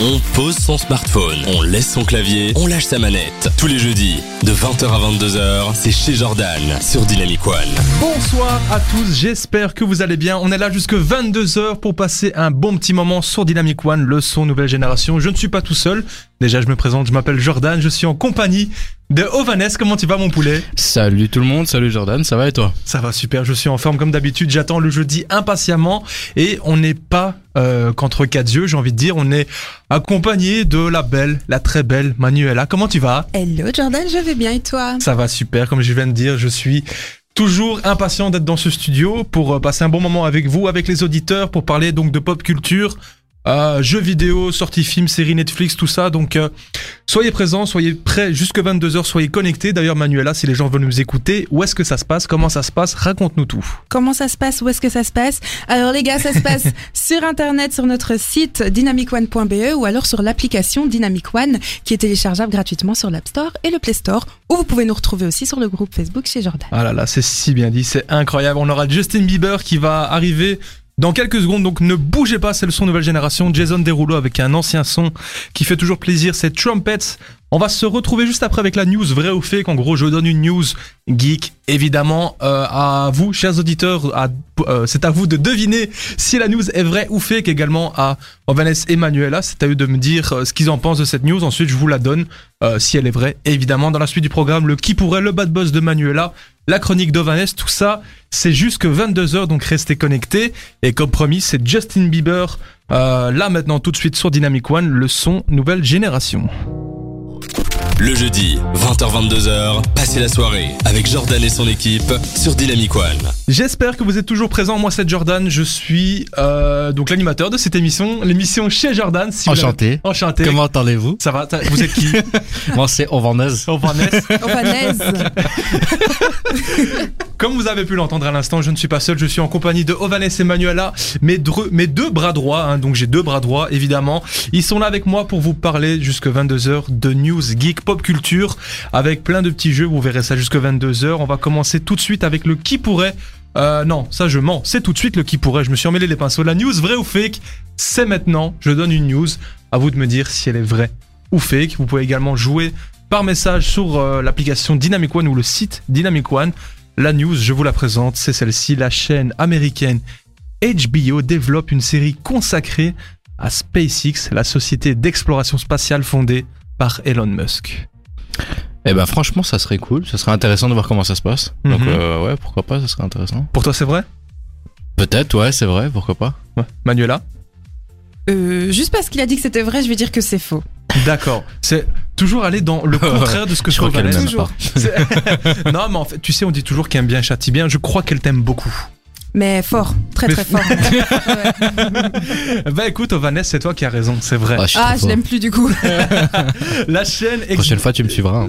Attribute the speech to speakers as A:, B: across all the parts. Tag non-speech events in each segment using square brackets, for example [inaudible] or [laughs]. A: On pose son smartphone, on laisse son clavier, on lâche sa manette. Tous les jeudis, de 20h à 22h, c'est chez Jordan, sur Dynamic One.
B: Bonsoir à tous, j'espère que vous allez bien. On est là jusque 22h pour passer un bon petit moment sur Dynamic One, le son nouvelle génération. Je ne suis pas tout seul. Déjà, je me présente, je m'appelle Jordan, je suis en compagnie de Ovanes. Comment tu vas, mon poulet
C: Salut tout le monde, salut Jordan, ça va et toi
B: Ça va super, je suis en forme comme d'habitude. J'attends le jeudi impatiemment et on n'est pas euh, qu'entre quatre yeux, j'ai envie de dire. On est accompagné de la belle, la très belle Manuela. Comment tu vas
D: Hello Jordan, je vais bien et toi
B: Ça va super, comme je viens de dire, je suis toujours impatient d'être dans ce studio pour euh, passer un bon moment avec vous, avec les auditeurs, pour parler donc de pop culture, euh, jeux vidéo, sorties films, séries Netflix, tout ça. Donc euh, soyez présents, soyez prêts jusque 22h, soyez connectés. D'ailleurs Manuela, si les gens veulent nous écouter, où est-ce que ça se passe Comment ça se passe Raconte-nous tout.
D: Comment ça se passe Où est-ce que ça se passe Alors les gars, ça
B: [laughs]
D: se passe sur internet, sur notre site dynamicone.be E ou alors sur l'application Dynamic One qui est téléchargeable gratuitement sur l'App Store et le Play Store où vous pouvez nous retrouver aussi sur le groupe Facebook
B: [laughs]
D: chez Jordan.
B: Ah là là, c'est si bien dit, c'est incroyable. On aura Justin Bieber qui va arriver dans quelques secondes, donc ne bougez pas, c'est le son nouvelle génération. Jason Derulo avec un ancien son qui fait toujours plaisir, c'est Trumpets. On va se retrouver juste après avec la news vrai ou fake. En gros, je donne une news geek, évidemment, euh, à vous, chers auditeurs. à- euh, c'est à vous de deviner si la news est vraie ou fake. Également à Ovanes et Manuela, c'est à eux de me dire euh, ce qu'ils en pensent de cette news. Ensuite, je vous la donne euh, si elle est vraie. Évidemment, dans la suite du programme, le qui pourrait, le bad boss de Manuela, la chronique d'Ovanes, tout ça, c'est jusque 22h, donc restez connectés. Et comme promis, c'est Justin Bieber, euh, là maintenant tout de suite sur Dynamic One, le son nouvelle génération.
A: Le jeudi, 20h-22h, passez la soirée avec Jordan et son équipe sur Dynamic One.
B: J'espère que vous êtes toujours présents. Moi, c'est Jordan. Je suis euh, donc l'animateur de cette émission, l'émission chez Jordan. si vous l'avez-
C: Enchanté.
B: Enchanté.
C: Comment entendez-vous
B: ça va t'as- Vous êtes
C: [laughs]
B: qui
C: Moi c'est
B: [laughs]
C: Ovanez.
B: Au Vanesse
D: Ovanaise.
B: Comme vous avez pu l'entendre à l'instant, je ne suis pas seul. Je suis en compagnie de Ovanes et Manuela, mes, dre- mes deux bras droits. hein, donc j'ai deux bras droits, évidemment. Ils sont là avec moi pour vous parler jusque 22h de news geek pop culture avec plein de petits jeux. Vous verrez ça jusque 22h. On va commencer tout de suite avec le qui pourrait. Euh, non, ça je mens. C'est tout de suite le qui pourrait. Je me suis emmêlé les pinceaux. La news vraie ou fake, c'est maintenant. Je donne une news. À vous de me dire si elle est vraie ou fake. Vous pouvez également jouer par message sur euh, l'application Dynamic One ou le site Dynamic One. La news, je vous la présente, c'est celle-ci. La chaîne américaine HBO développe une série consacrée à SpaceX, la société d'exploration spatiale fondée par Elon Musk.
C: Eh ben franchement ça serait cool, ça serait intéressant de voir comment ça se passe. Donc
B: Mhm.
C: euh, ouais, pourquoi pas, ça serait intéressant.
B: Pour toi, c'est vrai
C: Peut-être, ouais, c'est vrai, pourquoi pas.
B: ouais. Manuela
D: Euh, juste parce qu'il a dit que c'était vrai, je vais dire que c'est faux.
B: D'accord. C'est toujours aller dans [laughs] le contraire de ce que
C: Je crois
B: trouve
C: qu'elle
B: Valère.
C: m'aime pas.
B: C'est- [laughs] non, mais en fait, tu sais, on dit toujours qu'elle aime bien, châtie bien. Je crois qu'elle t'aime beaucoup.
D: Mais fort, très
B: Mais-
D: très fort. Ouais.
B: [laughs] Bah écoute, Ovanes, c'est toi qui as raison, c'est vrai.
C: Ah, je suis
D: Ah,
C: trop
D: je
C: fort.
D: l'aime plus du coup.
B: La chaîne
C: Prochaine fois tu me suivras. hein.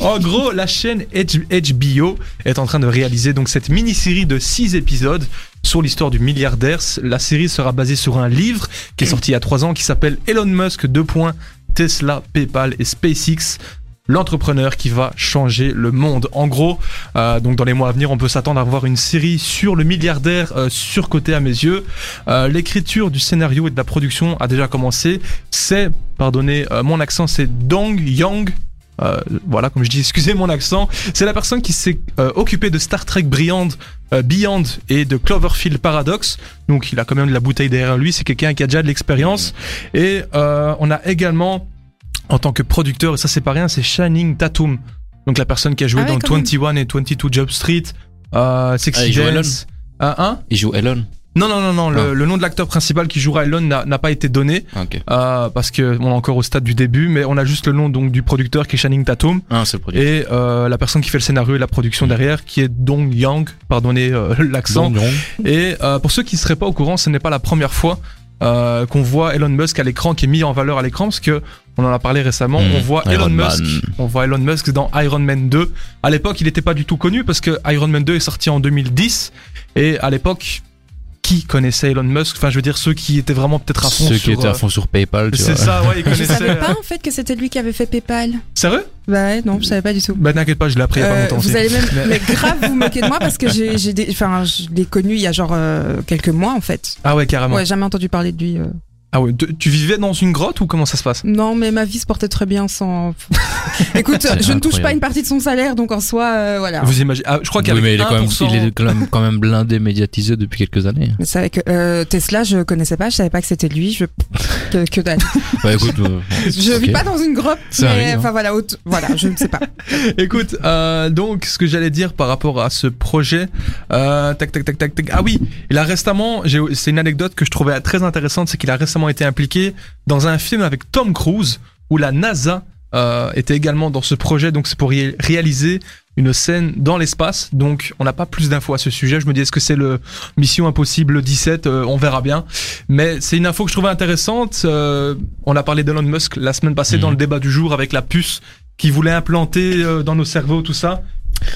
B: En gros, la chaîne H- HBO est en train de réaliser donc cette mini-série de 6 épisodes sur l'histoire du milliardaire. La série sera basée sur un livre qui est sorti il y a 3 ans qui s'appelle Elon Musk 2. Tesla, PayPal et SpaceX. L'entrepreneur qui va changer le monde. En gros, euh, donc dans les mois à venir, on peut s'attendre à voir une série sur le milliardaire euh, surcoté à mes yeux. Euh, L'écriture du scénario et de la production a déjà commencé. C'est, pardonnez euh, mon accent, c'est Dong Yang, euh, voilà, comme je dis, [laughs] excusez mon accent. C'est la personne qui s'est euh, occupée de Star Trek Beyond, euh, Beyond et de Cloverfield Paradox. Donc, il a quand même de la bouteille derrière lui. C'est quelqu'un qui a déjà de l'expérience. Et euh, on a également, en tant que producteur, et ça c'est pas rien, c'est Shining Tatum. Donc, la personne qui a joué
D: Ah ouais,
B: dans
D: quand même.
B: 21 et 22 Job Street, euh,
C: Ah,
B: Sexy
C: il joue
B: Dance. Euh, hein
C: Il joue Elon.
B: non, non, non, non. Le, le nom de l'acteur principal qui jouera Elon n'a n'a pas été donné
C: Ah, ok.
B: euh, parce que on est encore au stade du début, mais on a juste le nom donc du producteur qui est Shining Tatum.
C: Ah, c'est le produit.
B: Et euh, la personne qui fait le scénario et la production derrière, qui est Dong Yang, pardonnez euh, l'accent.
C: Donc, non.
B: Et euh, pour ceux qui ne seraient pas au courant, ce n'est pas la première fois euh, qu'on voit Elon Musk à l'écran, qui est mis en valeur à l'écran, parce que on en a parlé récemment.
C: Mmh,
B: on voit Elon
C: Iron Man.
B: Musk, on voit Elon Musk dans Iron Man 2. À l'époque, il n'était pas du tout connu parce que Iron Man 2 est sorti en 2010 et à l'époque. Qui connaissait Elon Musk Enfin, je veux dire ceux qui étaient vraiment peut-être à fond
C: Ceux
B: sur.
C: qui étaient
B: euh,
C: à fond sur PayPal, tu
B: C'est
C: vois.
B: ça, ouais, ils
D: [laughs] Je savais
B: connaissaient.
D: pas en fait que c'était lui qui avait fait PayPal.
B: Sérieux
D: Bah ouais, non, je savais pas du tout.
B: Bah t'inquiète pas, je l'ai appris il y a pas
D: Euh,
B: longtemps.
D: vous
B: aussi.
D: allez même,
B: Mais-
D: mais grave vous moquer de moi parce que j'ai, j'ai des, enfin, je l'ai connu il y a genre euh, quelques mois en fait.
B: Ah ouais, carrément.
D: Ouais, jamais entendu parler de lui. euh.
B: Ah ouais, tu tu vivais dans une grotte ou comment ça se passe
D: Non, mais ma vie se portait très bien sans. [laughs] Écoute,
E: C'est
D: je ne touche pas
E: incroyable.
D: une partie de son salaire, donc en soi, euh, voilà.
B: Vous imaginez ah, Je crois
E: Oui,
B: qu'avec
E: mais il est, quand même,
B: 1%,
E: il est quand même, quand même blindé, médiatisé depuis
B: [laughs]
E: quelques années.
D: Mais c'est vrai que, euh, Tesla, je connaissais pas, je savais pas que c'était lui. Je que,
B: [laughs]
D: que dalle.
E: Bah écoute, euh,
D: Je
E: ok.
D: vis pas dans une grotte,
E: Ça
D: mais
E: arrive, hein.
D: enfin voilà, autre- voilà, je ne sais pas.
B: Écoute, euh, donc ce que j'allais dire par rapport à ce projet, euh, tac tac tac tac tac. Ah oui, il a récemment, j'ai- c'est une anecdote que je trouvais très intéressante, c'est qu'il a récemment été impliqué dans un film avec Tom Cruise où la NASA euh, était également dans ce projet, donc c'est pour ré- réaliser une scène dans l'espace. Donc on n'a pas plus d'infos à ce sujet. Je me dis est-ce que c'est le Mission Impossible 17 Euh, On verra bien. Mais c'est une info que je trouvais intéressante. Euh, on a parlé d'Elon Musk la semaine passée
E: Mhm.
B: dans le débat du jour avec la puce qui voulait implanter euh, dans nos cerveaux tout ça.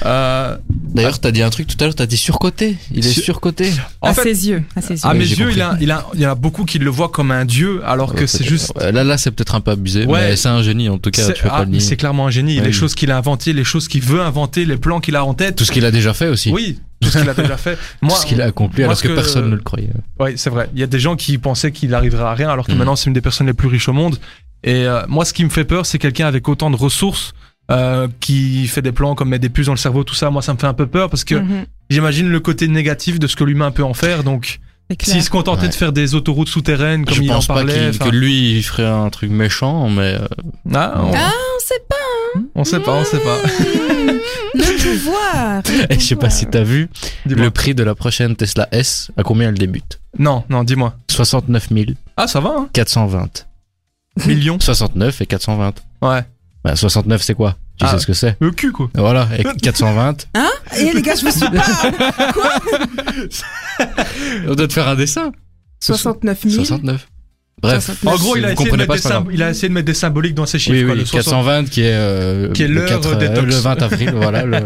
B: Euh,
E: D'ailleurs, t'as dit un truc tout à l'heure, t'as dit surcoté. Il est
B: Sur-
E: surcoté.
B: en
D: à
B: fait,
D: ses yeux, à ses yeux.
B: à
E: Ouais,
B: mes
E: j'ai
B: yeux,
E: compris.
B: Ah, il, a, il, a, il y en a beaucoup qui le voient comme un dieu, alors que
E: Ouais,
B: c'est
E: Ah, bah, peut-être.
B: juste.
E: Ouais, Là, là, c'est peut-être un peu abusé,
B: Ouais.
E: mais c'est un génie en tout cas.
B: C'est
E: Tu peux
B: ah,
E: pas le
B: mais
E: nier.
B: c'est clairement un génie.
E: Ouais,
B: les
E: oui.
B: choses qu'il a inventées, les choses qu'il veut inventer, les plans qu'il a en tête.
E: Tout ce qu'il a déjà fait aussi.
B: Oui, tout ce qu'il a déjà fait.
E: [laughs] Tout
B: Moi,
E: ce qu'il a accompli
B: moi,
E: alors
B: ce
E: que,
B: que-
E: personne ne le croyait.
B: Ouais, c'est vrai. Il y a des gens qui pensaient qu'il arriverait à rien, alors que
E: Mhm.
B: maintenant c'est une des personnes les plus riches au monde. Et euh, moi, ce qui me fait peur, c'est quelqu'un avec autant de ressources euh, qui fait des plans comme mettre des puces dans le cerveau, tout ça. Moi, ça me fait un peu peur parce que
E: Mm.
D: Mhm,
B: j'imagine le côté négatif de ce que l'humain peut en faire. Donc,
D: c'est clair.
B: S'il se contentait
E: Ouais.
B: de faire des autoroutes souterraines comme
E: Je
B: il en
E: pense pas
B: parlait,
E: qu'il-
B: enfin,
E: que lui il ferait un truc méchant, mais euh,
B: ah, on,
E: [laughs]
D: Ah, on sait pas.
B: on sait pas, on sait pas.
D: Mmh, le pouvoir.
E: je sais pas si t'as vu
B: Dis-moi.
E: le prix de la prochaine Tesla S. À combien elle débute
B: Non, non, dis-moi.
E: 69
B: Ah, ça va,
E: [laughs]
B: hein
E: 420.
B: Millions.
E: 69 et 420.
B: Ouais.
E: Bah, 69 c'est quoi Tu
B: Ah.
E: sais ce que c'est
B: Le cul, quoi.
E: Voilà.
B: [laughs]
E: Et 420.
D: Et les gars, je me suis pas. Quoi
E: On doit te faire un dessin.
D: 69 000.
E: 69. Bref.
D: 69.
B: En gros, il a,
E: Si vous
B: essayé de
E: comprenez
B: mettre
E: pas,
B: des
E: c'est pas
B: symb- il a essayé de mettre des symboliques dans ses chiffres.
E: Oui,
B: quoi,
E: oui,
B: le 60
E: 420 qui est, euh,
B: Qui est
E: le
B: l'heure
E: euh,
B: détox.
E: le 20 avril, voilà.
B: [laughs]
E: Le...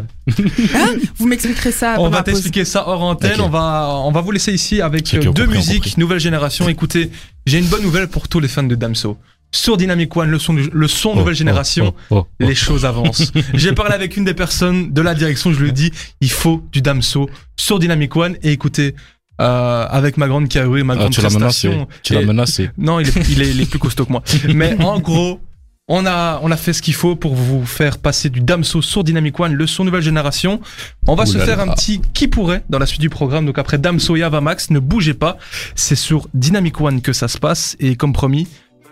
D: Vous m'expliquerez ça
E: Ah,
B: On
D: après
B: va
D: ma pause.
B: t'expliquer ça hors antenne.
E: Ok.
B: On va, on va vous laisser ici avec
E: Ceux qui
B: euh,
E: ont
B: deux
E: compris, ont
B: musiques,
E: compris.
B: nouvelle génération. Écoutez, j'ai une bonne nouvelle pour tous les fans de Damso. Sur Dynamic One, le son, le son
E: Oh,
B: nouvelle génération.
E: oh, oh, oh.
B: les choses
E: [laughs]
B: avancent. J'ai parlé avec une des personnes de la direction, je lui ai dit, il faut du Damso sur Dynamic One et écoutez, euh, avec ma grande carrure, ma
E: Ah,
B: grande
E: tu l'as menacé.
B: prestation.
E: Tu l'as
B: Et-
E: menacé.
B: Non, il est, il, est, il est plus costaud que moi. Mais en gros, on a, on a fait ce qu'il faut pour vous faire passer du Damso sur Dynamic One, le son nouvelle génération. On va
E: Ouh
B: se
E: là
B: faire
E: là.
B: un petit qui pourrait dans la suite du programme. Donc après Damso et Avamax, ne bougez pas. C'est sur Dynamic One que ça se passe. Et comme promis,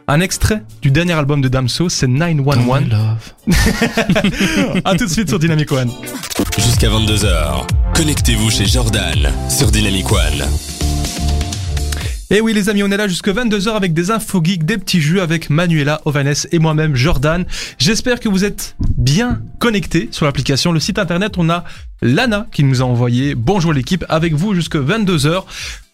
B: un extrait du dernier album de Damso, c'est 911.
E: Oh, my love.
B: A tout de suite sur Dynamic One.
A: Jusqu'à 22h, connectez-vous chez Jordan sur Dynamic One.
B: Et Eh oui les amis, on est là jusque 22h avec des infos geeks, des petits jeux avec Manuela, Ovanes et moi-même Jordan. J'espère que vous êtes bien connectés sur l'application, le site internet. On a Lana qui nous a envoyé bonjour l'équipe avec vous jusque 22h.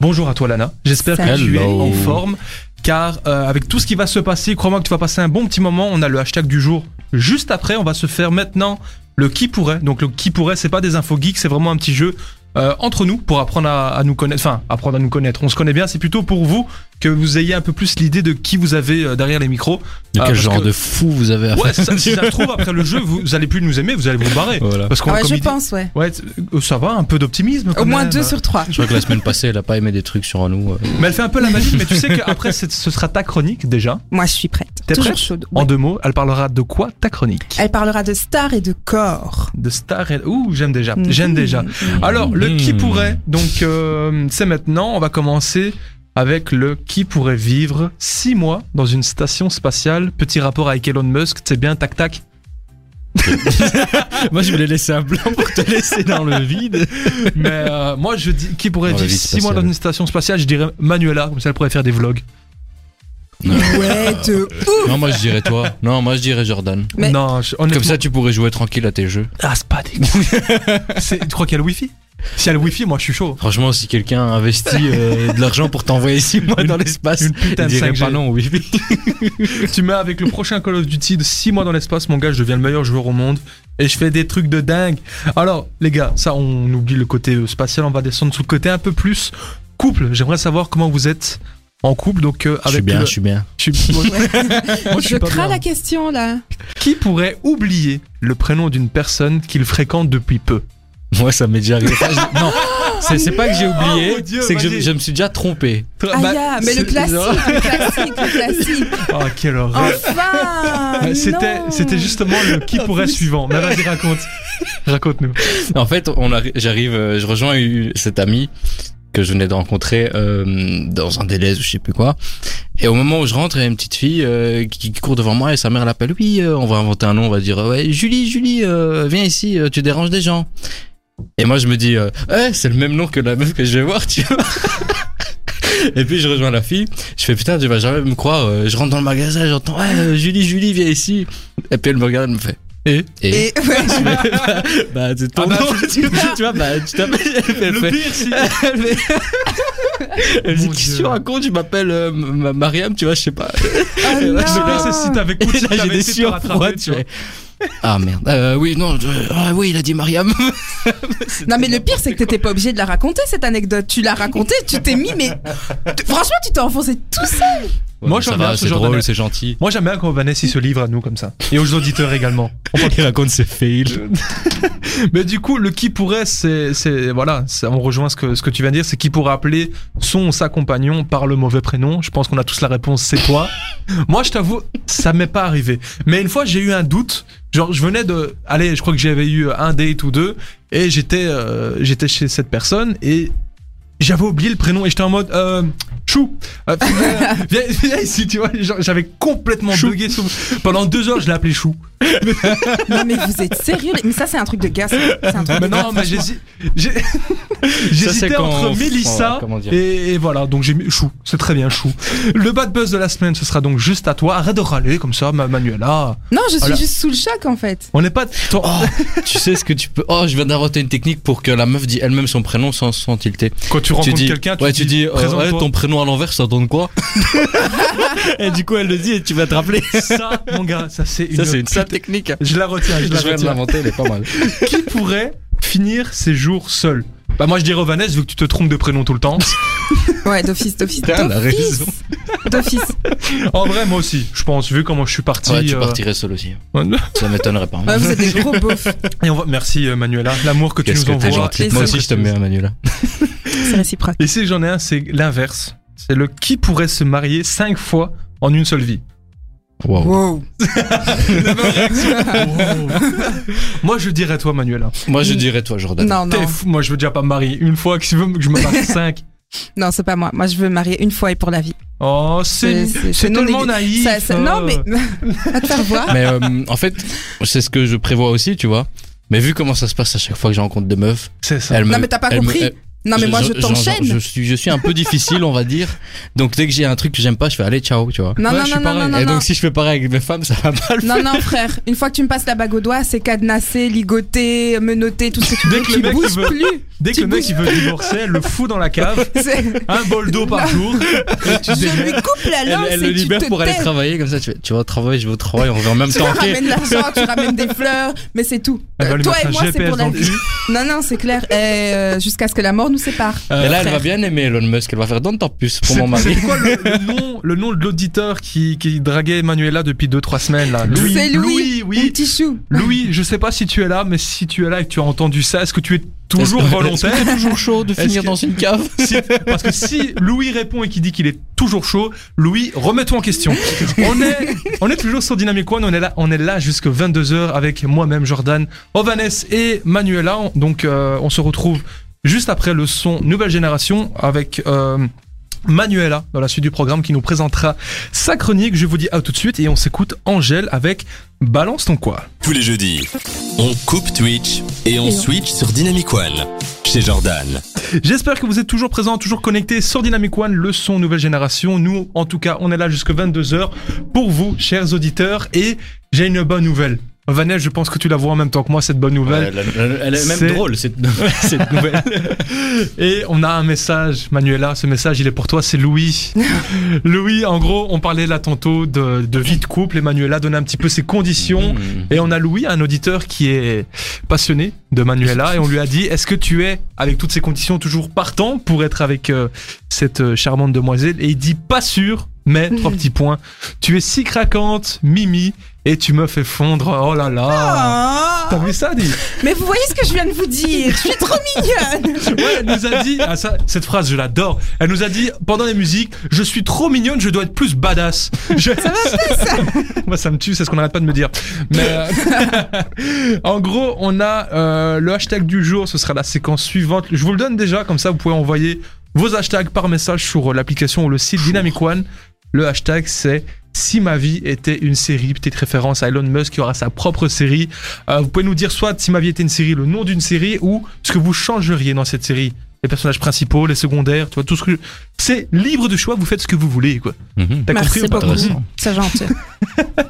B: Bonjour à toi Lana. J'espère que tu es
E: Hello.
B: en forme car euh, avec tout ce qui va se passer, crois-moi que tu vas passer un bon petit moment. On a le hashtag du jour juste après, on va se faire maintenant le qui pourrait. Donc le qui pourrait, c'est pas des infos geeks, c'est vraiment un petit jeu euh, entre nous pour apprendre à, à nous connaître. Enfin, apprendre à nous connaître. On se connaît bien. C'est plutôt pour vous que vous ayez un peu plus l'idée de qui vous avez euh, derrière les micros.
E: De
B: Ah,
E: quel
B: parce
E: genre
B: que-
E: de fou vous avez affaire
B: [laughs] Ouais, si ça, si ça se trouve après le jeu, vous, vous allez plus nous aimer, vous allez vous barrer.
E: Voilà.
B: Parce qu'on
D: Ah ouais,
B: comme
D: je
B: il dit-
D: pense, ouais.
B: Ouais, t- euh, ça va, un peu d'optimisme.
D: Au
B: quand
D: moins
B: même.
D: deux sur trois.
E: Je crois que la semaine passée, elle a pas aimé des trucs sur
B: [laughs]
E: nous. euh.
B: Mais elle fait un peu la magie. mais tu sais qu'après, c'est- ce sera ta chronique déjà.
D: Moi, je suis prête.
B: T'es
D: Toujours
B: prête
D: chaude.
B: En
D: Ouais. Euh.
B: deux mots, elle parlera de quoi ta chronique
D: Elle parlera de stars et de corps.
B: De star. et- Ouh, j'aime déjà. J'aime
D: Mmh.
B: déjà. Alors, le
E: Mmh.
B: qui pourrait, donc euh, c'est maintenant, on va commencer avec le qui pourrait vivre 6 mois dans une station spatiale. Petit rapport avec Elon Musk, c'est bien, tac
E: [laughs]
B: tac.
E: Moi, je voulais laisser un blanc pour te laisser dans le vide.
B: Mais euh, moi je dis qui pourrait
E: Dans la
B: vivre
E: vie
B: 6 mois
E: spatiale.
B: dans une station spatiale, je dirais Manuela, comme ça elle pourrait faire des vlogs.
D: Ouais,
B: [laughs]
D: de
E: [laughs]
D: ouf.
E: Non, moi, je dirais toi. Non, moi, je dirais Jordan.
D: Mais-
B: Non, je, honnêtement-
E: Comme ça, tu pourrais jouer tranquille à tes jeux.
B: ah, c'est pas dégueu.
E: [laughs]
B: C'est- tu crois qu'il y a le wifi Si elle a le wifi, moi je suis chaud.
E: Franchement, si quelqu'un investit euh, de l'argent pour t'envoyer six mois dans l'espace,
B: Une putain de
E: il dirait
B: 5G.
E: pas non, oui.
B: Tu mets avec le prochain Call of Duty de 6 mois dans l'espace, mon gars, je deviens le meilleur joueur au monde. Et je fais des trucs de dingue. Alors, les gars, ça, on oublie le côté euh, spatial, on va descendre sous le côté un peu plus couple. J'aimerais savoir comment vous êtes en couple. Donc, euh,
E: Je
B: avec
E: suis bien,
B: le-
E: je suis bien.
B: je [laughs] suis- moi, moi, je
D: Je
B: suis pas
D: crains
B: bien.
D: la question là.
B: Qui pourrait oublier le prénom d'une personne qu'il fréquente depuis peu
E: Moi, ça m'est déjà arrivé. Enfin, je- non, C'est c'est pas que j'ai oublié,
B: Oh, mon Dieu,
E: c'est que je,
B: vas-y.
E: je me suis déjà trompé.
B: Bah,
D: Ah, yeah, mais le
B: c'est- [laughs]
D: classique, le classique, le classique.
B: Oh, quelle horreur.
D: Enfin
B: Euh, C'était,
D: non.
B: c'était justement le qui pourrait suivant. Mais vas-y,
D: [laughs]
B: raconte. Raconte-nous.
E: [laughs] En fait, on arri- j'arrive, euh, je rejoins eu- cet ami que je venais de rencontrer euh, dans un délai, je sais plus quoi. Et au moment où je rentre, il y a une petite fille euh, qui, qui court devant moi et sa mère l'appelle. Oui, euh, on va inventer un nom, on va dire euh, ouais, Julie, Julie, euh, viens ici, euh, tu déranges des gens. Et moi, je me dis, euh, Eh, c'est le même nom que la meuf que je vais voir, tu vois. [laughs] Et puis je rejoins la fille, je fais putain, tu vas jamais me croire. euh, Je rentre dans le magasin, j'entends ouais, euh, Julie, Julie, viens ici. Et puis elle me regarde, elle me fait. eh, Et,
D: Et ouais,
E: [laughs]
D: je-
E: bah, c'est ton
B: Ah bah,
E: nom, tu, tu vois, bah, tu t'appelles. [laughs] Elle
B: Le
E: fait-
B: pire, si. [laughs]
E: elle fait- elle dit
B: Mon
E: Qu'est-ce que tu
B: Dieu.
E: racontes Je m'appelle euh, M- M- Mariam, tu vois, je sais pas.
D: oh
E: [laughs] Et là,
B: Je
D: non.
B: sais si t'avais
E: Et
B: coaché,
E: là, j'ai
B: t'avais
E: des
B: essayé de te
E: sueurs
B: rattraper,
E: froides,
B: tu
E: tu
B: vois.
E: vois. Ah merde. Euh, oui, non, je- ah, oui, il a dit Mariam.
D: Non mais le pire c'est que t'étais pas obligé de la raconter cette anecdote. Tu l'as racontée, tu t'es mis mais t- franchement tu t'es enfoncé tout seul.
B: Moi, j'aime
E: ça
B: bien
E: va,
B: ce
E: c'est
B: genre
E: drôle,
B: d'anecdote.
E: c'est gentil.
B: Moi, j'aime bien quand Vanessa il se livre à nous comme ça. Et aux auditeurs également.
E: Il raconte ses fails.
B: Mais du coup, le qui pourrait, c'est, c'est voilà, ça- on rejoint ce que, ce que tu viens de dire, c'est qui pourrait appeler son ou sa compagnon par le mauvais prénom. Je pense qu'on a tous la réponse, c'est toi. Moi, je t'avoue, ça m'est pas arrivé. Mais une fois, j'ai eu un doute. Genre, je venais de, allez, je crois que j'avais eu un date ou deux, et j'étais, euh, j'étais chez cette personne et j'avais oublié le prénom et j'étais en mode, euh, Chou, Euh, [laughs] viens, viens ici, tu vois. genre, J'avais complètement bugué. sur- Pendant deux heures, je l'ai appelé Chou.
D: Non mais vous êtes sérieux les- Mais ça c'est un truc de gars. ça. C'est un truc
B: Mais
D: de
B: non,
D: gars,
B: mais
D: franchement.
B: j'hési- j'ai- [laughs] j'hésitais
E: quand-
B: entre
E: oh,
B: Mélissa
E: comment dire.
B: et, et voilà, donc j'ai mis chou, c'est très bien chou. Le bad buzz de la semaine, ce sera donc juste à toi. Arrête de râler comme ça, ma- Manuela.
D: Non je suis
B: Voilà.
D: juste sous le choc en fait.
B: On n'est pas. Toi- oh,
E: Oh, tu sais ce que tu peux. Oh, je viens d'inventer une technique pour que la meuf dise elle-même son prénom sans, sans tilter.
B: quand tu
E: tu
B: rencontres
E: dis,
B: quelqu'un, tu,
E: ouais, tu dis, euh,
B: présente-toi. [laughs]
E: ouais, ton prénom à l'envers, ça donne quoi [laughs] Et du coup, elle le dit et tu vas te rappeler.
B: ça, mon gars, ça c'est une.
E: Ça, c'est une sale technique.
B: Je la retiens, je la
E: [laughs] Je viens de
B: retiens.
E: l'inventer, elle est pas mal.
B: Qui pourrait finir ses jours seul Bah, moi je dirais Vanessa, vu que tu te trompes de prénom tout le
E: [laughs]
B: temps.
D: Ouais d'office d'office
E: Putain, elle a
D: d'office.
E: raison.
D: D'office.
B: en vrai, moi aussi, je pense, vu comment je suis parti.
E: Ouais, tu
B: euh,
E: partirais seul aussi. Ça m'étonnerait pas.
D: Ouais, vous êtes des gros beaufs.
B: [laughs] Et on va... Merci euh, Manuela, l'amour que tu
E: Qu'est-ce
B: nous
E: que
B: envoies.
E: t'es
D: avec
E: gentil.
D: plaisir.
E: Moi aussi, je te mets un Manuela.
D: [laughs] C'est réciproque.
B: Et si j'en ai un, c'est l'inverse. C'est le qui pourrait se marier cinq fois en une seule vie.
E: Wow.
D: Wow.
B: Moi, je dirais toi, Manuela.
E: Moi, je dirais toi, Jordan.
D: non non
B: Bah, T'es fou. Moi, je veux déjà pas me marier une fois. Que tu veux que je me
D: [laughs]
B: marie cinq.
D: non c'est pas moi. Moi je veux me marier une fois et pour la vie.
B: Oh, c'est
D: C'est- c'est-
B: c'est
D: c'est non
B: tellement
D: négo-
B: naïf.
D: Ça- ça- Non mais [laughs]
B: euh.
D: va te faire voir.
E: Mais euh, en fait, c'est ce que je prévois aussi, tu vois. Mais vu comment ça se passe à chaque fois que j'ai rencontre des meufs,
B: c'est ça.
E: elles me,
D: Non mais t'as pas
E: elles me-
D: compris.
E: elles-
D: Non mais moi je
E: genre, genre, Je
D: t'enchaîne.
E: suis, je suis un peu difficile, on va dire. Donc dès que j'ai un truc que j'aime pas, je fais allez, ciao, tu vois.
D: Non
B: Ouais,
D: non
B: je suis
D: non non
B: pareil.
D: non
E: Et
D: non. non.
E: donc si je fais pareil avec mes femmes, ça va pas le faire.
D: Non, non, frère, une fois que tu me passes la bague au doigt, c'est cadenassé, ligoté, menotté, tout ce que tu
B: Dès
D: veux,
B: que le
D: tu
B: mec, il
D: bouges
B: veut-
D: plus.
B: Dès que
D: tu
B: le mec il veut divorcer, elle le fout dans la cave. [laughs]
D: C'est-
B: Un bol d'eau par
D: Non.
B: jour. Et tu
D: Je
B: dégages.
D: lui coupe la
E: Elle,
D: lance
E: elle
D: et
E: le
D: tu
E: libère
D: te
E: pour aller
D: tais.
E: travailler, comme ça tu, fais, tu vas au travail, je vais au travail, on va en même
D: Tu
E: temps. ok
D: ramènes l'argent, tu ramènes des fleurs, mais c'est tout.
B: Elle va
D: Euh,
B: lui
D: Toi
B: mettre
D: et
B: un
D: moi, c'est
B: GPS
D: pour
B: dans
D: la
B: le
D: vie.
B: cul.
D: Non, non, c'est clair. Et, euh, Jusqu'à ce que la mort nous sépare.
E: Et là, elle
D: frère.
E: va bien aimer Elon Musk, elle va faire donne-t'en plus pour
B: C'est-
E: mon mari.
B: C'est quoi le, le nom, le nom de l'auditeur qui, qui draguait Manuela depuis 2-3 semaines là
D: C'est Louis,
B: Louis,
D: Mon
B: oui.
D: petit chou.
B: Louis, je sais pas si tu es là, mais si tu es là et que tu as entendu ça, est-ce que tu es toujours
E: [laughs] Est-ce que-
B: volontaire
E: est-ce que t'es toujours chaud de
B: Est-ce
E: finir
B: que-
E: dans une cave.
B: [laughs] Si- parce que si Louis répond et qu'il dit qu'il est toujours chaud, Louis, remets-toi en question. On est, on est toujours sur Dynamic One, on est là, on est là jusque 22h avec moi-même, Jordan, Ovanes et Manuela. On- Donc, euh, on se retrouve juste après le son Nouvelle Génération avec euh, Manuela dans la suite du programme qui nous présentera sa chronique. Je vous dis à tout de suite et on s'écoute Angèle avec Balance ton quoi.
A: Tous les jeudis, on coupe Twitch et on
D: Et on-
A: switch sur Dynamic One chez Jordan.
B: J'espère que vous êtes toujours présents, toujours connectés sur Dynamic One, le son nouvelle génération. Nous, en tout cas, on est là jusque 22h pour vous, chers auditeurs. Et j'ai une bonne nouvelle. Vanessa, je pense que tu la vois en même temps que moi, cette bonne nouvelle.
E: elle, elle est même
B: bah, C'est-
E: drôle cette, [laughs] cette nouvelle.
B: [laughs] Et on a un message, Manuela. Ce message, il est pour toi, c'est Louis. Louis, en gros, on parlait là tantôt de, de vie de couple. Et Manuela donnait un petit peu ses conditions.
E: Mmh.
B: Et on a Louis, un auditeur qui est passionné de Manuela, et on lui a dit Est-ce que tu es, avec toutes ces conditions, toujours partant pour être avec euh, cette euh, charmante demoiselle Et il dit Pas sûr, mais trois petits points. Tu es si craquante, Mimi, et tu me fais fondre. Oh là là.
D: Ah.
B: T'as vu ça, dit
D: Mais vous voyez ce que je viens de vous dire Je suis trop mignonne
B: Ouais, elle nous a dit, ah, ça, cette phrase je l'adore, elle nous a dit pendant les musiques, je suis trop mignonne, je dois être plus badass. Je- [laughs] Moi ça me tue, c'est ce qu'on n'arrête pas de me dire. Mais euh, [laughs] en gros, on a euh, le hashtag du jour, ce sera la séquence suivante. Je vous le donne déjà, comme ça vous pouvez envoyer vos hashtags par message sur euh, l'application ou le site Dynamic One. Le hashtag c'est si ma vie était une série, petite référence à Elon Musk qui aura sa propre série. Euh, vous pouvez nous dire soit si ma vie était une série, le nom d'une série, ou ce que vous changeriez dans cette série. Les personnages principaux, les secondaires, tu vois, tout ce que. C'est libre de choix, vous faites ce que vous voulez, quoi.
E: Mhm.
B: T'as
D: Merci
B: compris ou pas
D: beaucoup. [laughs] C'est gentil.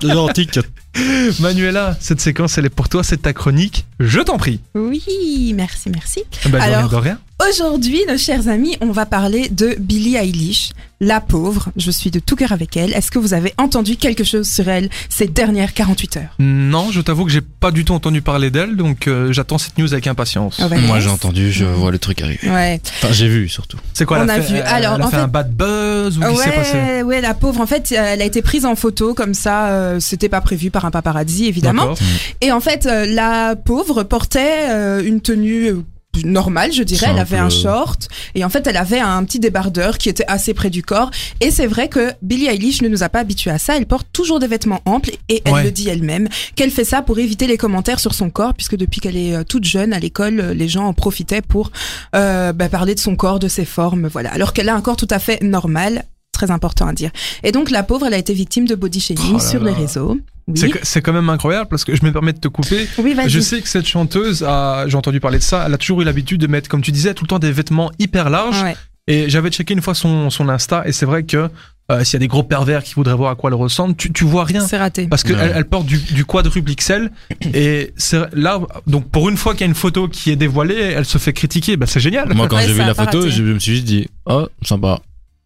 F: L'antique.
B: [laughs] Manuela, cette séquence, elle est pour toi, c'est ta chronique. Je t'en prie.
D: Oui, merci, merci.
B: Bah, de
D: Alors-
B: rien, de rien.
D: Aujourd'hui, nos chers amis, on va parler de Billie Eilish, la pauvre. Je suis de tout cœur avec elle. Est-ce que vous avez entendu quelque chose sur elle ces dernières 48 heures
B: Non, je t'avoue que j'ai pas du tout entendu parler d'elle, donc euh, j'attends cette news avec impatience.
D: Ah ouais,
E: Moi
D: yes.
E: j'ai entendu, je vois le truc arriver.
D: Ouais.
E: Enfin, j'ai vu surtout.
B: C'est quoi
D: On
B: elle
D: a
B: fait,
D: vu.
B: euh,
D: Alors,
B: elle a
D: en
B: fait,
D: fait-
B: un bad buzz ou qu'est-ce qui s'est passé
D: Ouais, ouais, la pauvre. En fait, euh, elle a été prise en photo comme ça. euh, C'était pas prévu par un paparazzi, évidemment.
B: D'accord.
D: Et en fait, euh, la pauvre portait euh, une tenue euh, normale, je dirais. Elle
E: Simple.
D: avait un short. Et en fait, elle avait un petit débardeur qui était assez près du corps. Et c'est vrai que Billie Eilish ne nous a pas habitués à ça. Elle porte toujours des vêtements amples. Et elle
B: Ouais.
D: le dit elle-même qu'elle fait ça pour éviter les commentaires sur son corps. Puisque depuis qu'elle est euh, toute jeune à l'école, euh, les gens en profitaient pour euh, bah, parler de son corps, de ses formes. Voilà. Alors qu'elle a un corps tout à fait normal. Très important à dire. Et donc, la pauvre, elle a été victime de body shaming
B: Oh là
D: sur
B: là.
D: les réseaux. Oui.
B: C'est que- C'est quand même incroyable parce que je me permets de te couper.
D: Oui, vas-y.
B: Je sais que cette chanteuse, a- j'ai entendu parler de ça, elle a toujours eu l'habitude de mettre, comme tu disais, tout le temps des vêtements hyper larges.
D: Ah Ouais.
B: Et j'avais checké une fois son, son Insta et c'est vrai que euh, s'il y a des gros pervers qui voudraient voir à quoi elle ressemble, tu, tu vois rien.
D: C'est raté.
B: Parce qu'elle
E: Ouais.
B: elle porte du, du quadruple XL et c'est- là, donc pour une fois qu'il y a une photo qui est dévoilée, elle se fait critiquer, bah c'est génial.
E: Moi quand
D: Ouais,
E: j'ai
D: ça
E: vu
D: a
E: la
D: pas
E: photo,
D: raté.
E: je me suis juste dit, oh sympa.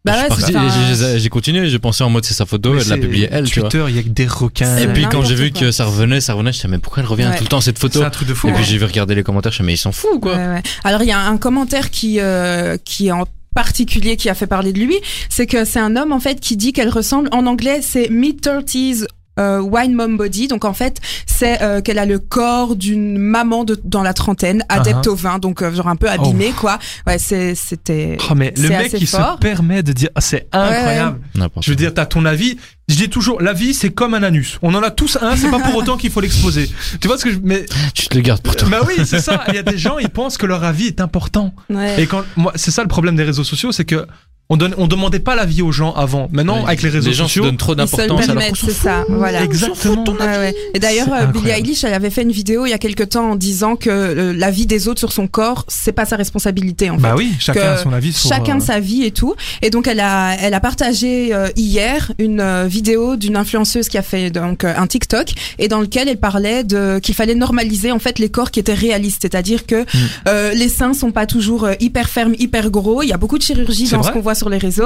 D: Bah
E: Je suis
D: ouais,
E: parti
D: c'est
E: et j'ai-
D: ça.
E: j'ai- j'ai continué, j'ai pensé en mode c'est sa photo,
B: Mais
E: elle l'a
B: c'est
E: publiée elle, tu vois.
B: Twitter, il y a que des requins.
E: Et
D: C'est
E: puis quand j'ai vu
D: n'importe quoi.
E: que ça revenait, ça revenait, je disais mais pourquoi elle revient
D: Ouais.
E: tout le temps cette photo
B: c'est un truc de fou.
E: Et puis
B: hein.
E: j'ai vu regarder les commentaires, je me mais ils s'en foutent ou quoi
D: Ouais, ouais. Alors il y a un commentaire qui euh, qui est en particulier qui a fait parler de lui, c'est que c'est un homme en fait qui dit qu'elle ressemble en anglais c'est mid 30s wine mom body donc en fait c'est euh, qu'elle a le corps d'une maman de, dans la trentaine
B: Uh-huh.
D: adepte au vin donc euh, genre un peu abîmée quoi ouais c'est c'était
B: Oh, mais le
D: c'est
B: mec
D: assez
B: qui
D: fort.
B: se permet de dire, Ah, c'est incroyable.
E: N'importe
B: Je veux dire, t'as ton avis. Je dis toujours, la vie, c'est comme un anus. On en a tous un, c'est pas pour autant qu'il faut l'exposer. Tu vois ce que je. Mais,
E: quoi. Tu te le gardes pour toi.
B: bah oui, c'est ça. Il y a des gens, ils pensent que leur avis est important.
D: ouais.
B: Oh. Et quand. Moi, c'est ça le problème des réseaux sociaux, c'est que. On, donne, on demandait pas l'avis aux gens avant. Maintenant, euh, avec les réseaux
E: les gens se
B: sociaux.
E: donnent trop
D: Ils se le
E: d'importance à leur
D: permettent, c'est ça voilà
B: Exactement.
D: Ouais, ouais. Et d'ailleurs,
B: C'est
D: euh, Billie
B: incroyable.
D: Eilish, elle avait fait une vidéo il y a quelque temps en disant que euh, la vie des autres sur son corps, c'est pas sa responsabilité en fait.
B: Bah oui, chacun a son avis sur.
D: Chacun de sa vie et tout. Et donc elle a, elle a partagé euh, hier une euh, vidéo d'une influenceuse qui a fait donc euh, un TikTok et dans lequel elle parlait de qu'il fallait normaliser en fait les corps qui étaient réalistes, c'est-à-dire que
B: Hmm.
D: euh, les seins sont pas toujours euh, hyper fermes, hyper gros. Il y a beaucoup de chirurgie
B: C'est
D: dans ce
B: vrai
D: qu'on voit sur les réseaux.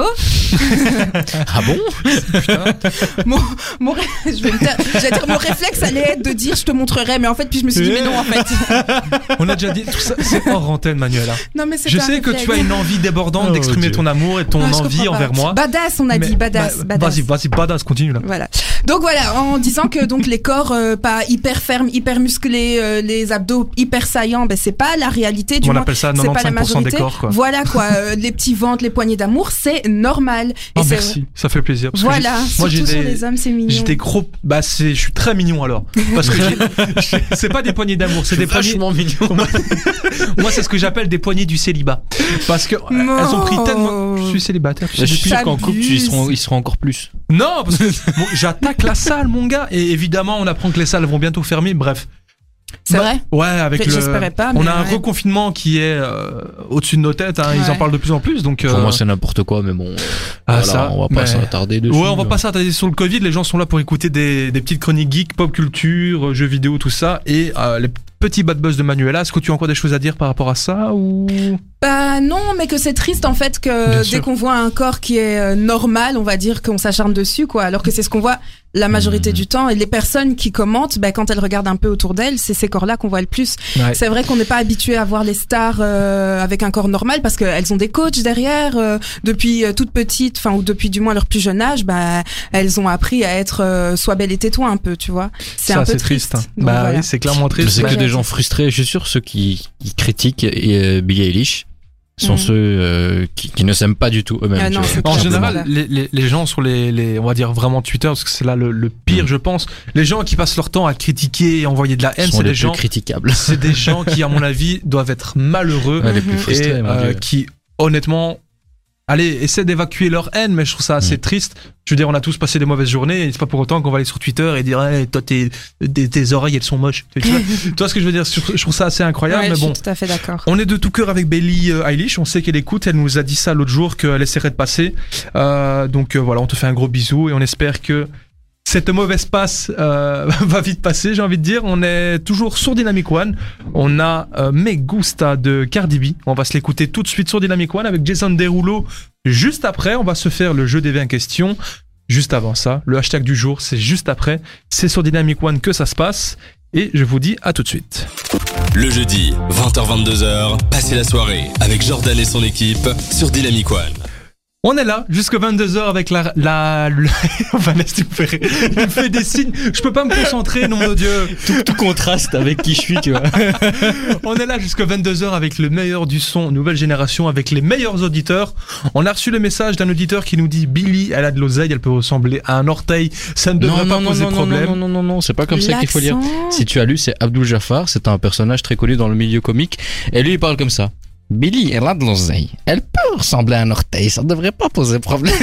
D: [laughs]
E: Ah bon
D: Mon, mon ré- [laughs] je vais me taire. J'allais dire, mon réflexe allait être de dire je te montrerai, mais en fait puis je me suis dit mais non en
B: [laughs]
D: fait.
B: euh, On a déjà dit tout ça, c'est hors antenne, Manuela.
D: Non mais c'est
B: Je
D: un
B: sais que
D: réflexe.
B: tu as une envie débordante
E: Oh,
B: d'exprimer
E: Dieu.
B: ton amour et ton
D: Ah, je
B: envie
D: comprends pas.
B: envers moi.
D: Badass on a
B: Mais-
D: dit badass.
B: bah,
D: badass.
B: Vas-y, vas-y, badass, continue là.
D: Voilà. Donc voilà, en disant que donc les corps euh, pas hyper fermes, hyper musclés, euh, les abdos hyper saillants, ben c'est pas la réalité du
B: on
D: moins.
B: appelle ça
D: C'est pas
B: 95% des
D: la majorité.
B: corps, quoi.
D: Voilà quoi,
B: [laughs]
D: euh, les petits ventres, les poignées d'amour, c'est normal.
B: Oh,
D: c'est
B: merci, ça fait plaisir. parce que
D: Voilà,
B: j'ai- moi
D: surtout
B: j'ai
D: sur
B: des,
D: les hommes, c'est
B: j'ai
D: mignon.
B: des gros, bah c'est, je suis très mignon alors, parce
D: [laughs]
B: que j'ai- j'ai- c'est pas des poignées d'amour, c'est des poignées.
E: mignon.
B: Moi c'est ce que j'appelles des poignées du célibat, parce que euh,
D: Non.
B: elles ont pris tellement. Je suis célibataire. tu
E: [laughs]
B: sais.
E: Je suis sûr qu'en couple, tu- ils seront, ils seront encore plus.
B: Non, parce que [laughs] bon, j'attaque la salle, mon gars, et évidemment on apprend que les salles vont bientôt fermer. Bref,
D: C'est
B: Bah,
D: vrai.
B: ouais, avec le.
D: J'espérais pas,
B: On
D: mais
B: a un
D: ouais.
B: reconfinement qui est euh, au-dessus de nos têtes. hein, Ils en
D: Ouais.
B: parlent de plus en plus, donc.
E: Pour
B: euh,
E: moi, c'est n'importe quoi, mais bon.
B: ah,
E: voilà,
B: ça,
E: on va pas
B: mais-
E: s'attarder dessus. hein.
B: Ouais, on va pas s'attarder sur le Covid. Les gens sont là pour écouter des, des petites chroniques geek, pop culture, euh, jeux vidéo, tout ça. Et euh, les petits bad buzz de Manuela. Est-ce que tu as encore des choses à dire par rapport à ça ou
D: Bah non, mais que c'est triste en fait
B: Bien
D: que dès
B: sûr.
D: qu'on voit un corps qui est euh, normal, on va dire qu'on s'acharne dessus
B: Mmh.
D: quoi, alors que c'est ce qu'on voit la majorité du temps et les personnes qui commentent, bah, quand elles regardent un peu autour d'elles, c'est ces corps-là qu'on voit le plus.
B: Ouais.
D: C'est vrai qu'on n'est pas habitué à voir les stars euh, avec un corps normal parce qu'elles ont des coachs derrière euh, depuis euh, toute petite, enfin ou depuis du moins leur plus jeune âge, bah elles ont appris à être euh, soit belle et tais-toi un peu, tu vois. C'est
B: Ça,
D: un peu
B: c'est
D: triste.
B: triste. hein.
D: Donc,
B: bah
D: voilà.
B: oui, c'est clairement
E: Mais
B: triste.
E: c'est que
D: Ouais.
E: des gens frustrés, je suis sûr, ceux qui, qui critiquent et, euh, Billie Eilish sont
B: Mm.
D: Mhm.
E: ceux euh, qui, qui ne s'aiment pas du tout eux-mêmes.
D: Ah
E: tu
D: non,
E: vois.
D: c'est
B: En
D: Tout
B: général,
D: simplement.
B: les, les- les gens sur les, les- on va dire vraiment Twitter, parce que c'est là le, le pire, je pense. Les gens qui passent leur temps à critiquer et envoyer de la haine,
E: sont
B: c'est des
E: les plus
B: gens,
E: critiquables.
B: c'est des gens qui, à mon avis, doivent être malheureux
E: Ouais, les plus
D: Mhm.
E: frustrés,
B: et
E: mon
B: euh,
E: Dieu.
B: qui, honnêtement, allez, essaient d'évacuer leur haine, mais je trouve ça assez triste. Je veux dire, on a tous passé des mauvaises journées, et c'est pas pour autant qu'on va aller sur Twitter et dire, Eh, toi, tes, tes, tes oreilles, elles sont moches. Tu vois, tu vois ce que je veux dire Je trouve- je trouve ça assez incroyable,
D: Ouais,
B: mais
D: je
B: bon.
D: suis tout à fait d'accord.
B: On est de tout cœur avec Bailey euh, Eilish. On sait qu'elle écoute. Elle nous a dit ça l'autre jour qu'elle essaierait de passer. Euh, donc euh, voilà, on te fait un gros bisou et on espère que cette mauvaise passe euh, [laughs] va vite passer. J'ai envie de dire, on est toujours sur Dynamic One. On a euh, Me Gusta de Cardi B. On va se l'écouter tout de suite sur Dynamic One avec Jason Derulo. Juste après, on va se faire le jeu des 20 questions. Juste avant ça, le hashtag du jour, c'est juste après. C'est sur Dynamic One que ça se passe. Et je vous dis à tout de suite.
A: Le jeudi, 20h-22h, passez la soirée avec Jordan et son équipe sur Dynamic One.
B: On est là jusqu'à 22h avec la... la, [laughs] la- Vanessa, tu me fais, rire. Tu me fais des signes. Je peux pas me concentrer, nom de Dieu.
E: tout, tout contraste avec qui je suis, tu [laughs] vois.
B: On est là jusqu'à 22h avec le meilleur du son, nouvelle génération, avec les meilleurs auditeurs. On a reçu le message d'un auditeur qui nous dit Billy, elle a de l'oseille, elle peut ressembler à un orteil. Ça ne devrait
E: non,
B: pas
E: non,
B: poser
E: non, non,
B: problème.
E: Non, non, non, non, c'est pas comme ça qu'il faut lire.
D: L'accent.
E: Si tu as lu, c'est Abdul Jafar, c'est un personnage très connu dans le milieu comique, et lui il parle comme ça. Billy, elle a de l'oseille. Elle peut ressembler à un orteil, ça ne devrait pas poser problème.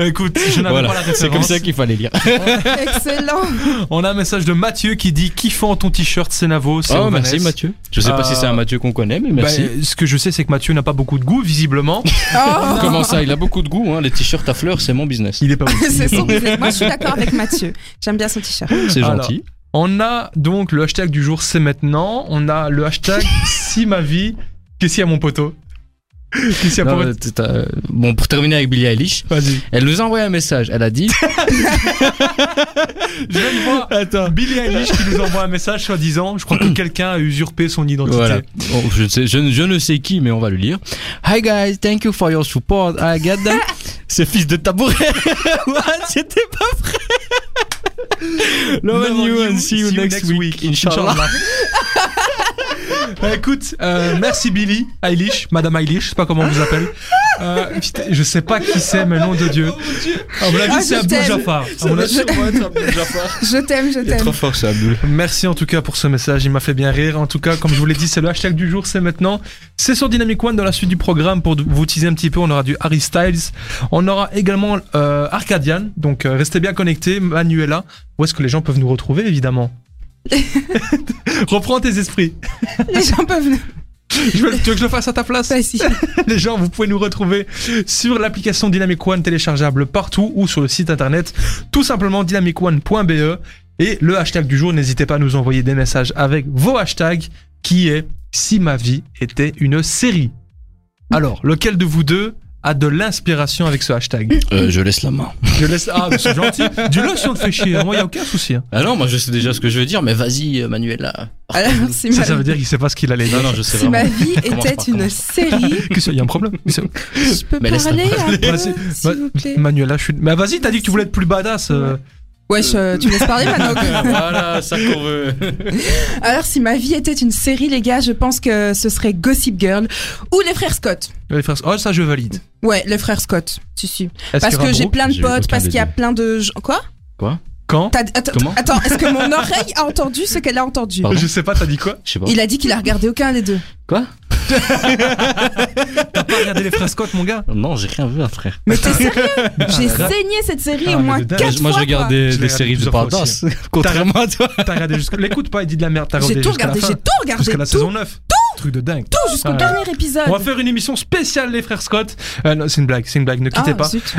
B: Écoute, je n'avais
E: Voilà,
B: pas la référence.
E: c'est comme ça qu'il fallait lire.
D: Excellent.
B: On a un message de Mathieu qui dit Kiffant ton t-shirt, c'est Navo. C'est
E: Oh,
B: Ovanès.
E: merci Mathieu. Je sais
B: Euh,
E: pas si c'est un Mathieu qu'on connaît, mais
B: Bah,
E: merci.
B: ce que je sais, c'est que Mathieu n'a pas beaucoup de goût,
E: [laughs]
B: visiblement.
D: Oh.
E: Comment ça Il a beaucoup de goût, hein. les t-shirts à fleurs, c'est mon [laughs] business.
B: Il [laughs] est pas bon.
D: [laughs] C'est son business. Moi, je suis d'accord avec Mathieu. J'aime bien son t-shirt.
E: C'est
B: Alors,
E: gentil.
B: On a donc le hashtag du jour, c'est maintenant. On a le [laughs] hashtag si ma vie. Qu'est-ce qu'il y a, mon poteau Qu'est-ce qu'il y a
E: Non,
B: pour
E: euh, t'as- euh, Bon, pour terminer avec Billie Eilish,
B: Vas-y.
E: elle nous a envoyé un message. Elle a [laughs] dit
B: Je viens de voir Billy Eilish qui nous envoie un message soi-disant. Je crois [clears throat] que quelqu'un a usurpé son identité.
E: Voilà. Bon, je, sais- je ne- je ne sais qui, mais on va le lire. Hi guys, thank you for your support. I [laughs] get them. Ce fils de tabouret. [laughs] What? C'était pas [laughs] vrai. Love
B: Love
E: and you and see you next week. Inch'Allah. [laughs]
B: Inch'Allah. [laughs] Bah, écoute, euh, merci Billy, Eilish, Madame Eilish, je sais pas comment on vous appelle. Euh, putain, je sais pas qui c'est, mais nom de Dieu. À mon avis,
D: Oh Ah,
B: c'est
D: je
B: Abdou
D: t'aime.
B: Jafar. À mon avis,
D: [laughs] Je t'aime, je t'aime.
E: fort, ça, Abdul.
B: Merci en tout cas pour ce message, il m'a fait bien rire. En tout cas, comme je vous l'ai dit, c'est le hashtag du jour, c'est maintenant. C'est sur Dynamic One dans la suite du programme pour vous teaser un petit peu. On aura du Harry Styles, on aura également euh, Arcadian. Donc euh, restez bien connectés. Manuela, où est-ce que les gens peuvent nous retrouver évidemment [laughs] Reprends tes esprits.
D: Les gens peuvent nous.
B: Je veux- tu veux que je le fasse à ta place
D: Vas-y.
B: Les gens, vous pouvez nous retrouver sur l'application Dynamic One téléchargeable partout ou sur le site internet tout simplement dynamicone.be et le hashtag du jour, n'hésitez pas à nous envoyer des messages avec vos hashtags qui est si ma vie était une série. Alors, lequel de vous deux a de l'inspiration avec ce hashtag
E: Euh, je laisse la main.
B: Je laisse ah, mais c'est gentil. Dis-le si on le fait chier, moi il a aucun souci. hein.
E: Ah non, moi je sais déjà ce que je veux dire, mais vas-y, euh, Manuela.
D: [laughs] Alors, si
B: Ça
D: ma,
B: ça veut dire qu'il sait pas ce qu'il allait
E: Non,
B: dire.
E: non, je sais
D: si ma
E: vraiment.
D: vie
E: Commence
D: était
E: par-
D: une
E: commence
D: série,
B: Qu'est-ce qu'il y a un problème
D: je peux
E: Mais laisse-la
D: parler un peu,
B: Vas-y.
D: s'il vous plaît.
B: Manuela, je suis Mais vas-y, t'as dit que tu voulais être plus badass. euh.
D: Wesh, euh, tu me laisses
B: [laughs]
D: parler maintenant.
E: voilà, ça qu'on veut.
D: Alors, si ma vie était une série, les gars, je pense que ce serait Gossip Girl ou les frères Scott.
B: Allez, frère, Oh, ça je valide.
D: Ouais, les frères Scott. Si, si.
B: Est-ce
D: Parce
B: qu'il y aura
D: que j'ai
B: Brooke
D: plein de
E: J'ai aucun
D: potes, parce
E: des
D: qu'il y a
E: deux.
D: plein de gens. Quoi
B: Quand
D: T'as- attends,
E: Comment
D: Attends, est-ce que mon oreille a entendu ce qu'elle a entendu
E: Pardon
B: Je sais pas, t'as dit quoi
E: [laughs] Je sais pas.
D: Il a dit qu'il a regardé aucun des deux.
E: Quoi
B: T'as pas regardé les frascottes, mon gars
E: Non, j'ai rien vu, frère.
D: Mais
B: [laughs]
D: t'es sérieux J'ai
B: Ah,
D: saigné cette série
B: Ah,
D: au
B: mais
D: moins
B: de dingue.
D: quatre
E: Euh, moi, je
D: fois. quoi.
E: regarde des,
B: Je l'ai
E: des
B: regardé
E: séries de
B: plusieurs fois
E: Pardas.
B: aussi,
E: [laughs] Contrairement à toi.
B: T'as regardé jusqu'à. L'écoute pas, il dit de la merde. T'as
D: J'ai
B: regardé
D: tout
B: jusqu'à la
D: regardé,
B: fin.
D: j'ai tout regardé,
B: Jusqu'à la
D: tout,
B: saison 9. Truc de dingue.
D: tout jusqu'au
B: Ah.
D: dernier épisode.
B: On va faire une émission spéciale, les frères Scott. Euh, non, c'est une blague, c'est une blague, ne quittez
D: Ah,
B: pas.
D: zut.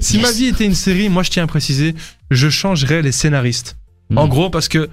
B: Si ma vie était une série, moi je tiens à préciser, je changerais les scénaristes.
E: Hmm.
B: En gros, parce que.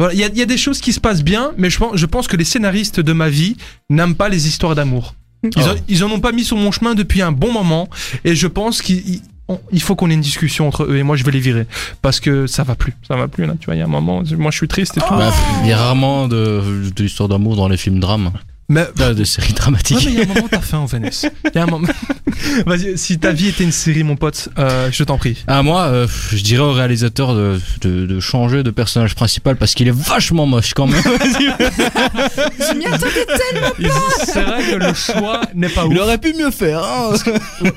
B: Voilà, il y, a- il y a des choses qui se passent bien, mais je pense, je pense que les scénaristes de ma vie n'aiment Ah. pas les histoires d'amour. Ils, en- ils en ont pas mis sur mon chemin depuis un bon moment, et je pense qu'ils ils- on- il faut qu'on ait une discussion entre eux et moi, je vais les virer. Parce que ça va plus. Ça va plus, là, tu vois, il y a un moment, moi je suis triste et tout.
E: Bah, il y a rarement de, de l'histoire d'amour dans les films drames,
B: Mais
E: de séries
B: Ouais,
E: dramatiques.
B: mais il y a un moment, t'as faim en Vénus. Il y a un moment. [laughs] Vas-y, si ta vie était une série, mon pote, euh, je t'en prie.
E: Ah moi, euh, pff, je dirais au réalisateur de, de, de changer de personnage principal parce qu'il est vachement moche quand même.
B: Ah,
D: Je
E: [laughs]
D: m'y attendais
B: [laughs] C'est vrai que le choix n'est pas
E: Il
B: ouf.
E: aurait pu mieux faire. hein.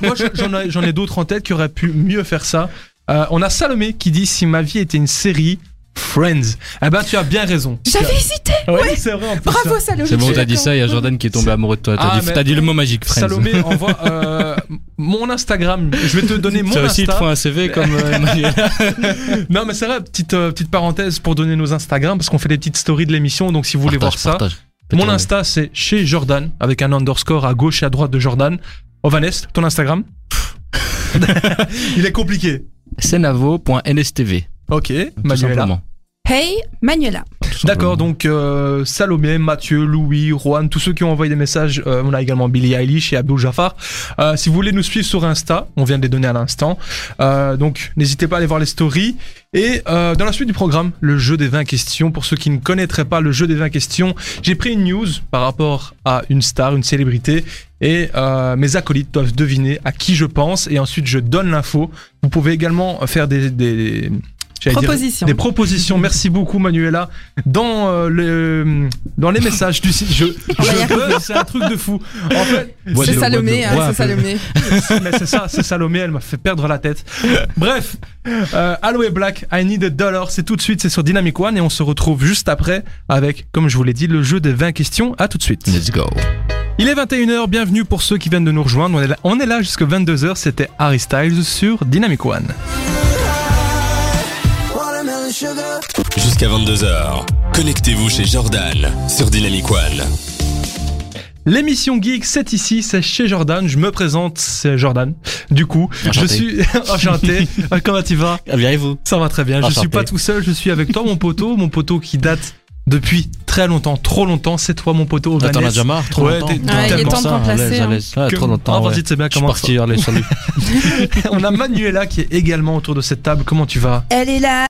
B: Moi, je- j'en ai, j'en ai d'autres en tête qui auraient pu mieux faire ça. Euh, on a Salomé qui dit si ma vie était une série. Friends. Eh ben, tu as bien raison.
D: J'avais hésité.
B: Oui, c'est vrai. en plus,
D: Bravo
B: hein.
D: Salomé. Mmh.
E: C'est bon,
D: je
E: t'as
D: suis
E: dit ça, il y a Jordan qui est tombé amoureux de toi. T'as
B: Ah,
E: dit,
B: mais-
E: t'as dit le mot magique, Friends.
B: Salomé envoie euh, mon Instagram. Je vais te
E: [laughs]
B: donner mon
E: Ça aussi, il te
B: Insta.
E: faut un CV comme
B: [laughs]
E: euh, Emmanuel.
B: Non, mais c'est vrai. Petite euh, petite parenthèse pour donner nos Instagram parce qu'on fait des petites stories de l'émission. Donc si vous voulez voir
E: Partage,
B: ça,
E: partage.
B: Mon
E: Putain,
B: Insta, c'est chez Jordan, avec un underscore à gauche et à droite de Jordan. Ovanest, ton
E: [laughs]
B: Instagram Il est compliqué.
E: C'est navo.nstv.
B: Ok,
E: tout
B: Manuela.
E: simplement.
D: d'accord. Hey Manuela.
E: Tout
B: D'accord,
E: simplement.
B: donc euh, Salomé, Mathieu, Louis, Juan, tous ceux qui ont envoyé des messages, euh, on a également Billy Eilish et Abdul Jafar. Euh, si vous voulez nous suivre sur Insta, on vient de les donner à l'instant. Euh, donc n'hésitez pas à aller voir les stories. Et euh, dans la suite du programme, le jeu des 20 questions. Pour ceux qui ne connaîtraient pas le jeu des 20 questions, j'ai pris une news par rapport à une star, une célébrité. Et euh, mes acolytes doivent deviner à qui je pense. Et ensuite, je donne l'info. Vous pouvez également faire des... des j'allais dire-
D: Proposition.
B: des propositions. Merci beaucoup, Manuela. Dans, euh, le, dans les messages du site, je,
D: On va y
B: je
D: arriver.
B: bug, c'est un truc de fou. En fait,
D: C'est
E: Bois de-
D: Salomé,
E: bois
D: hein,
E: de- bois un
D: c'est
E: peu.
D: Salomé.
B: mais c'est ça, c'est Salomé, elle m'a fait perdre la tête. Bref, euh, Aloe Black, I Need a Dollar, c'est tout de suite, c'est sur Dynamic One et on se retrouve juste après avec, comme je vous l'ai dit, le jeu des 20 questions. À tout de suite.
E: Let's go.
B: Il est 21h, bienvenue pour ceux qui viennent de nous rejoindre. On est là, on est là jusque 22h, c'était Harry Styles sur Dynamic One.
A: Jusqu'à 22h, connectez-vous chez Jordan sur Dynamic One.
B: L'émission Geek, c'est ici, c'est chez Jordan. Je me présente, c'est Jordan. Du coup, je
E: Enchanté.
B: suis [laughs] enchanté. Euh, Comment tu vas
E: Arrivez-vous.
B: Ça va très bien. Je
E: Enchanté.
B: suis pas tout seul, je suis avec toi, mon poteau, mon poteau qui date depuis très longtemps, trop longtemps. C'est toi, mon poteau.
E: Attends, on a
B: Vanessa.
E: déjà marre Trop
B: Ouais,
E: longtemps.
B: t'es- Ouais,
D: il est tellement temps de ça, hein, remplacer,
E: Allez,
D: hein.
E: allez, ah,
B: Que-
E: Trop
B: Ah,
E: longtemps. ouais.
B: vas-y, c'est bien
E: Je suis
B: comment [laughs]
E: parti, allez, salut.
B: On a Manuela qui est également autour de cette table. Comment tu vas
D: Elle est là.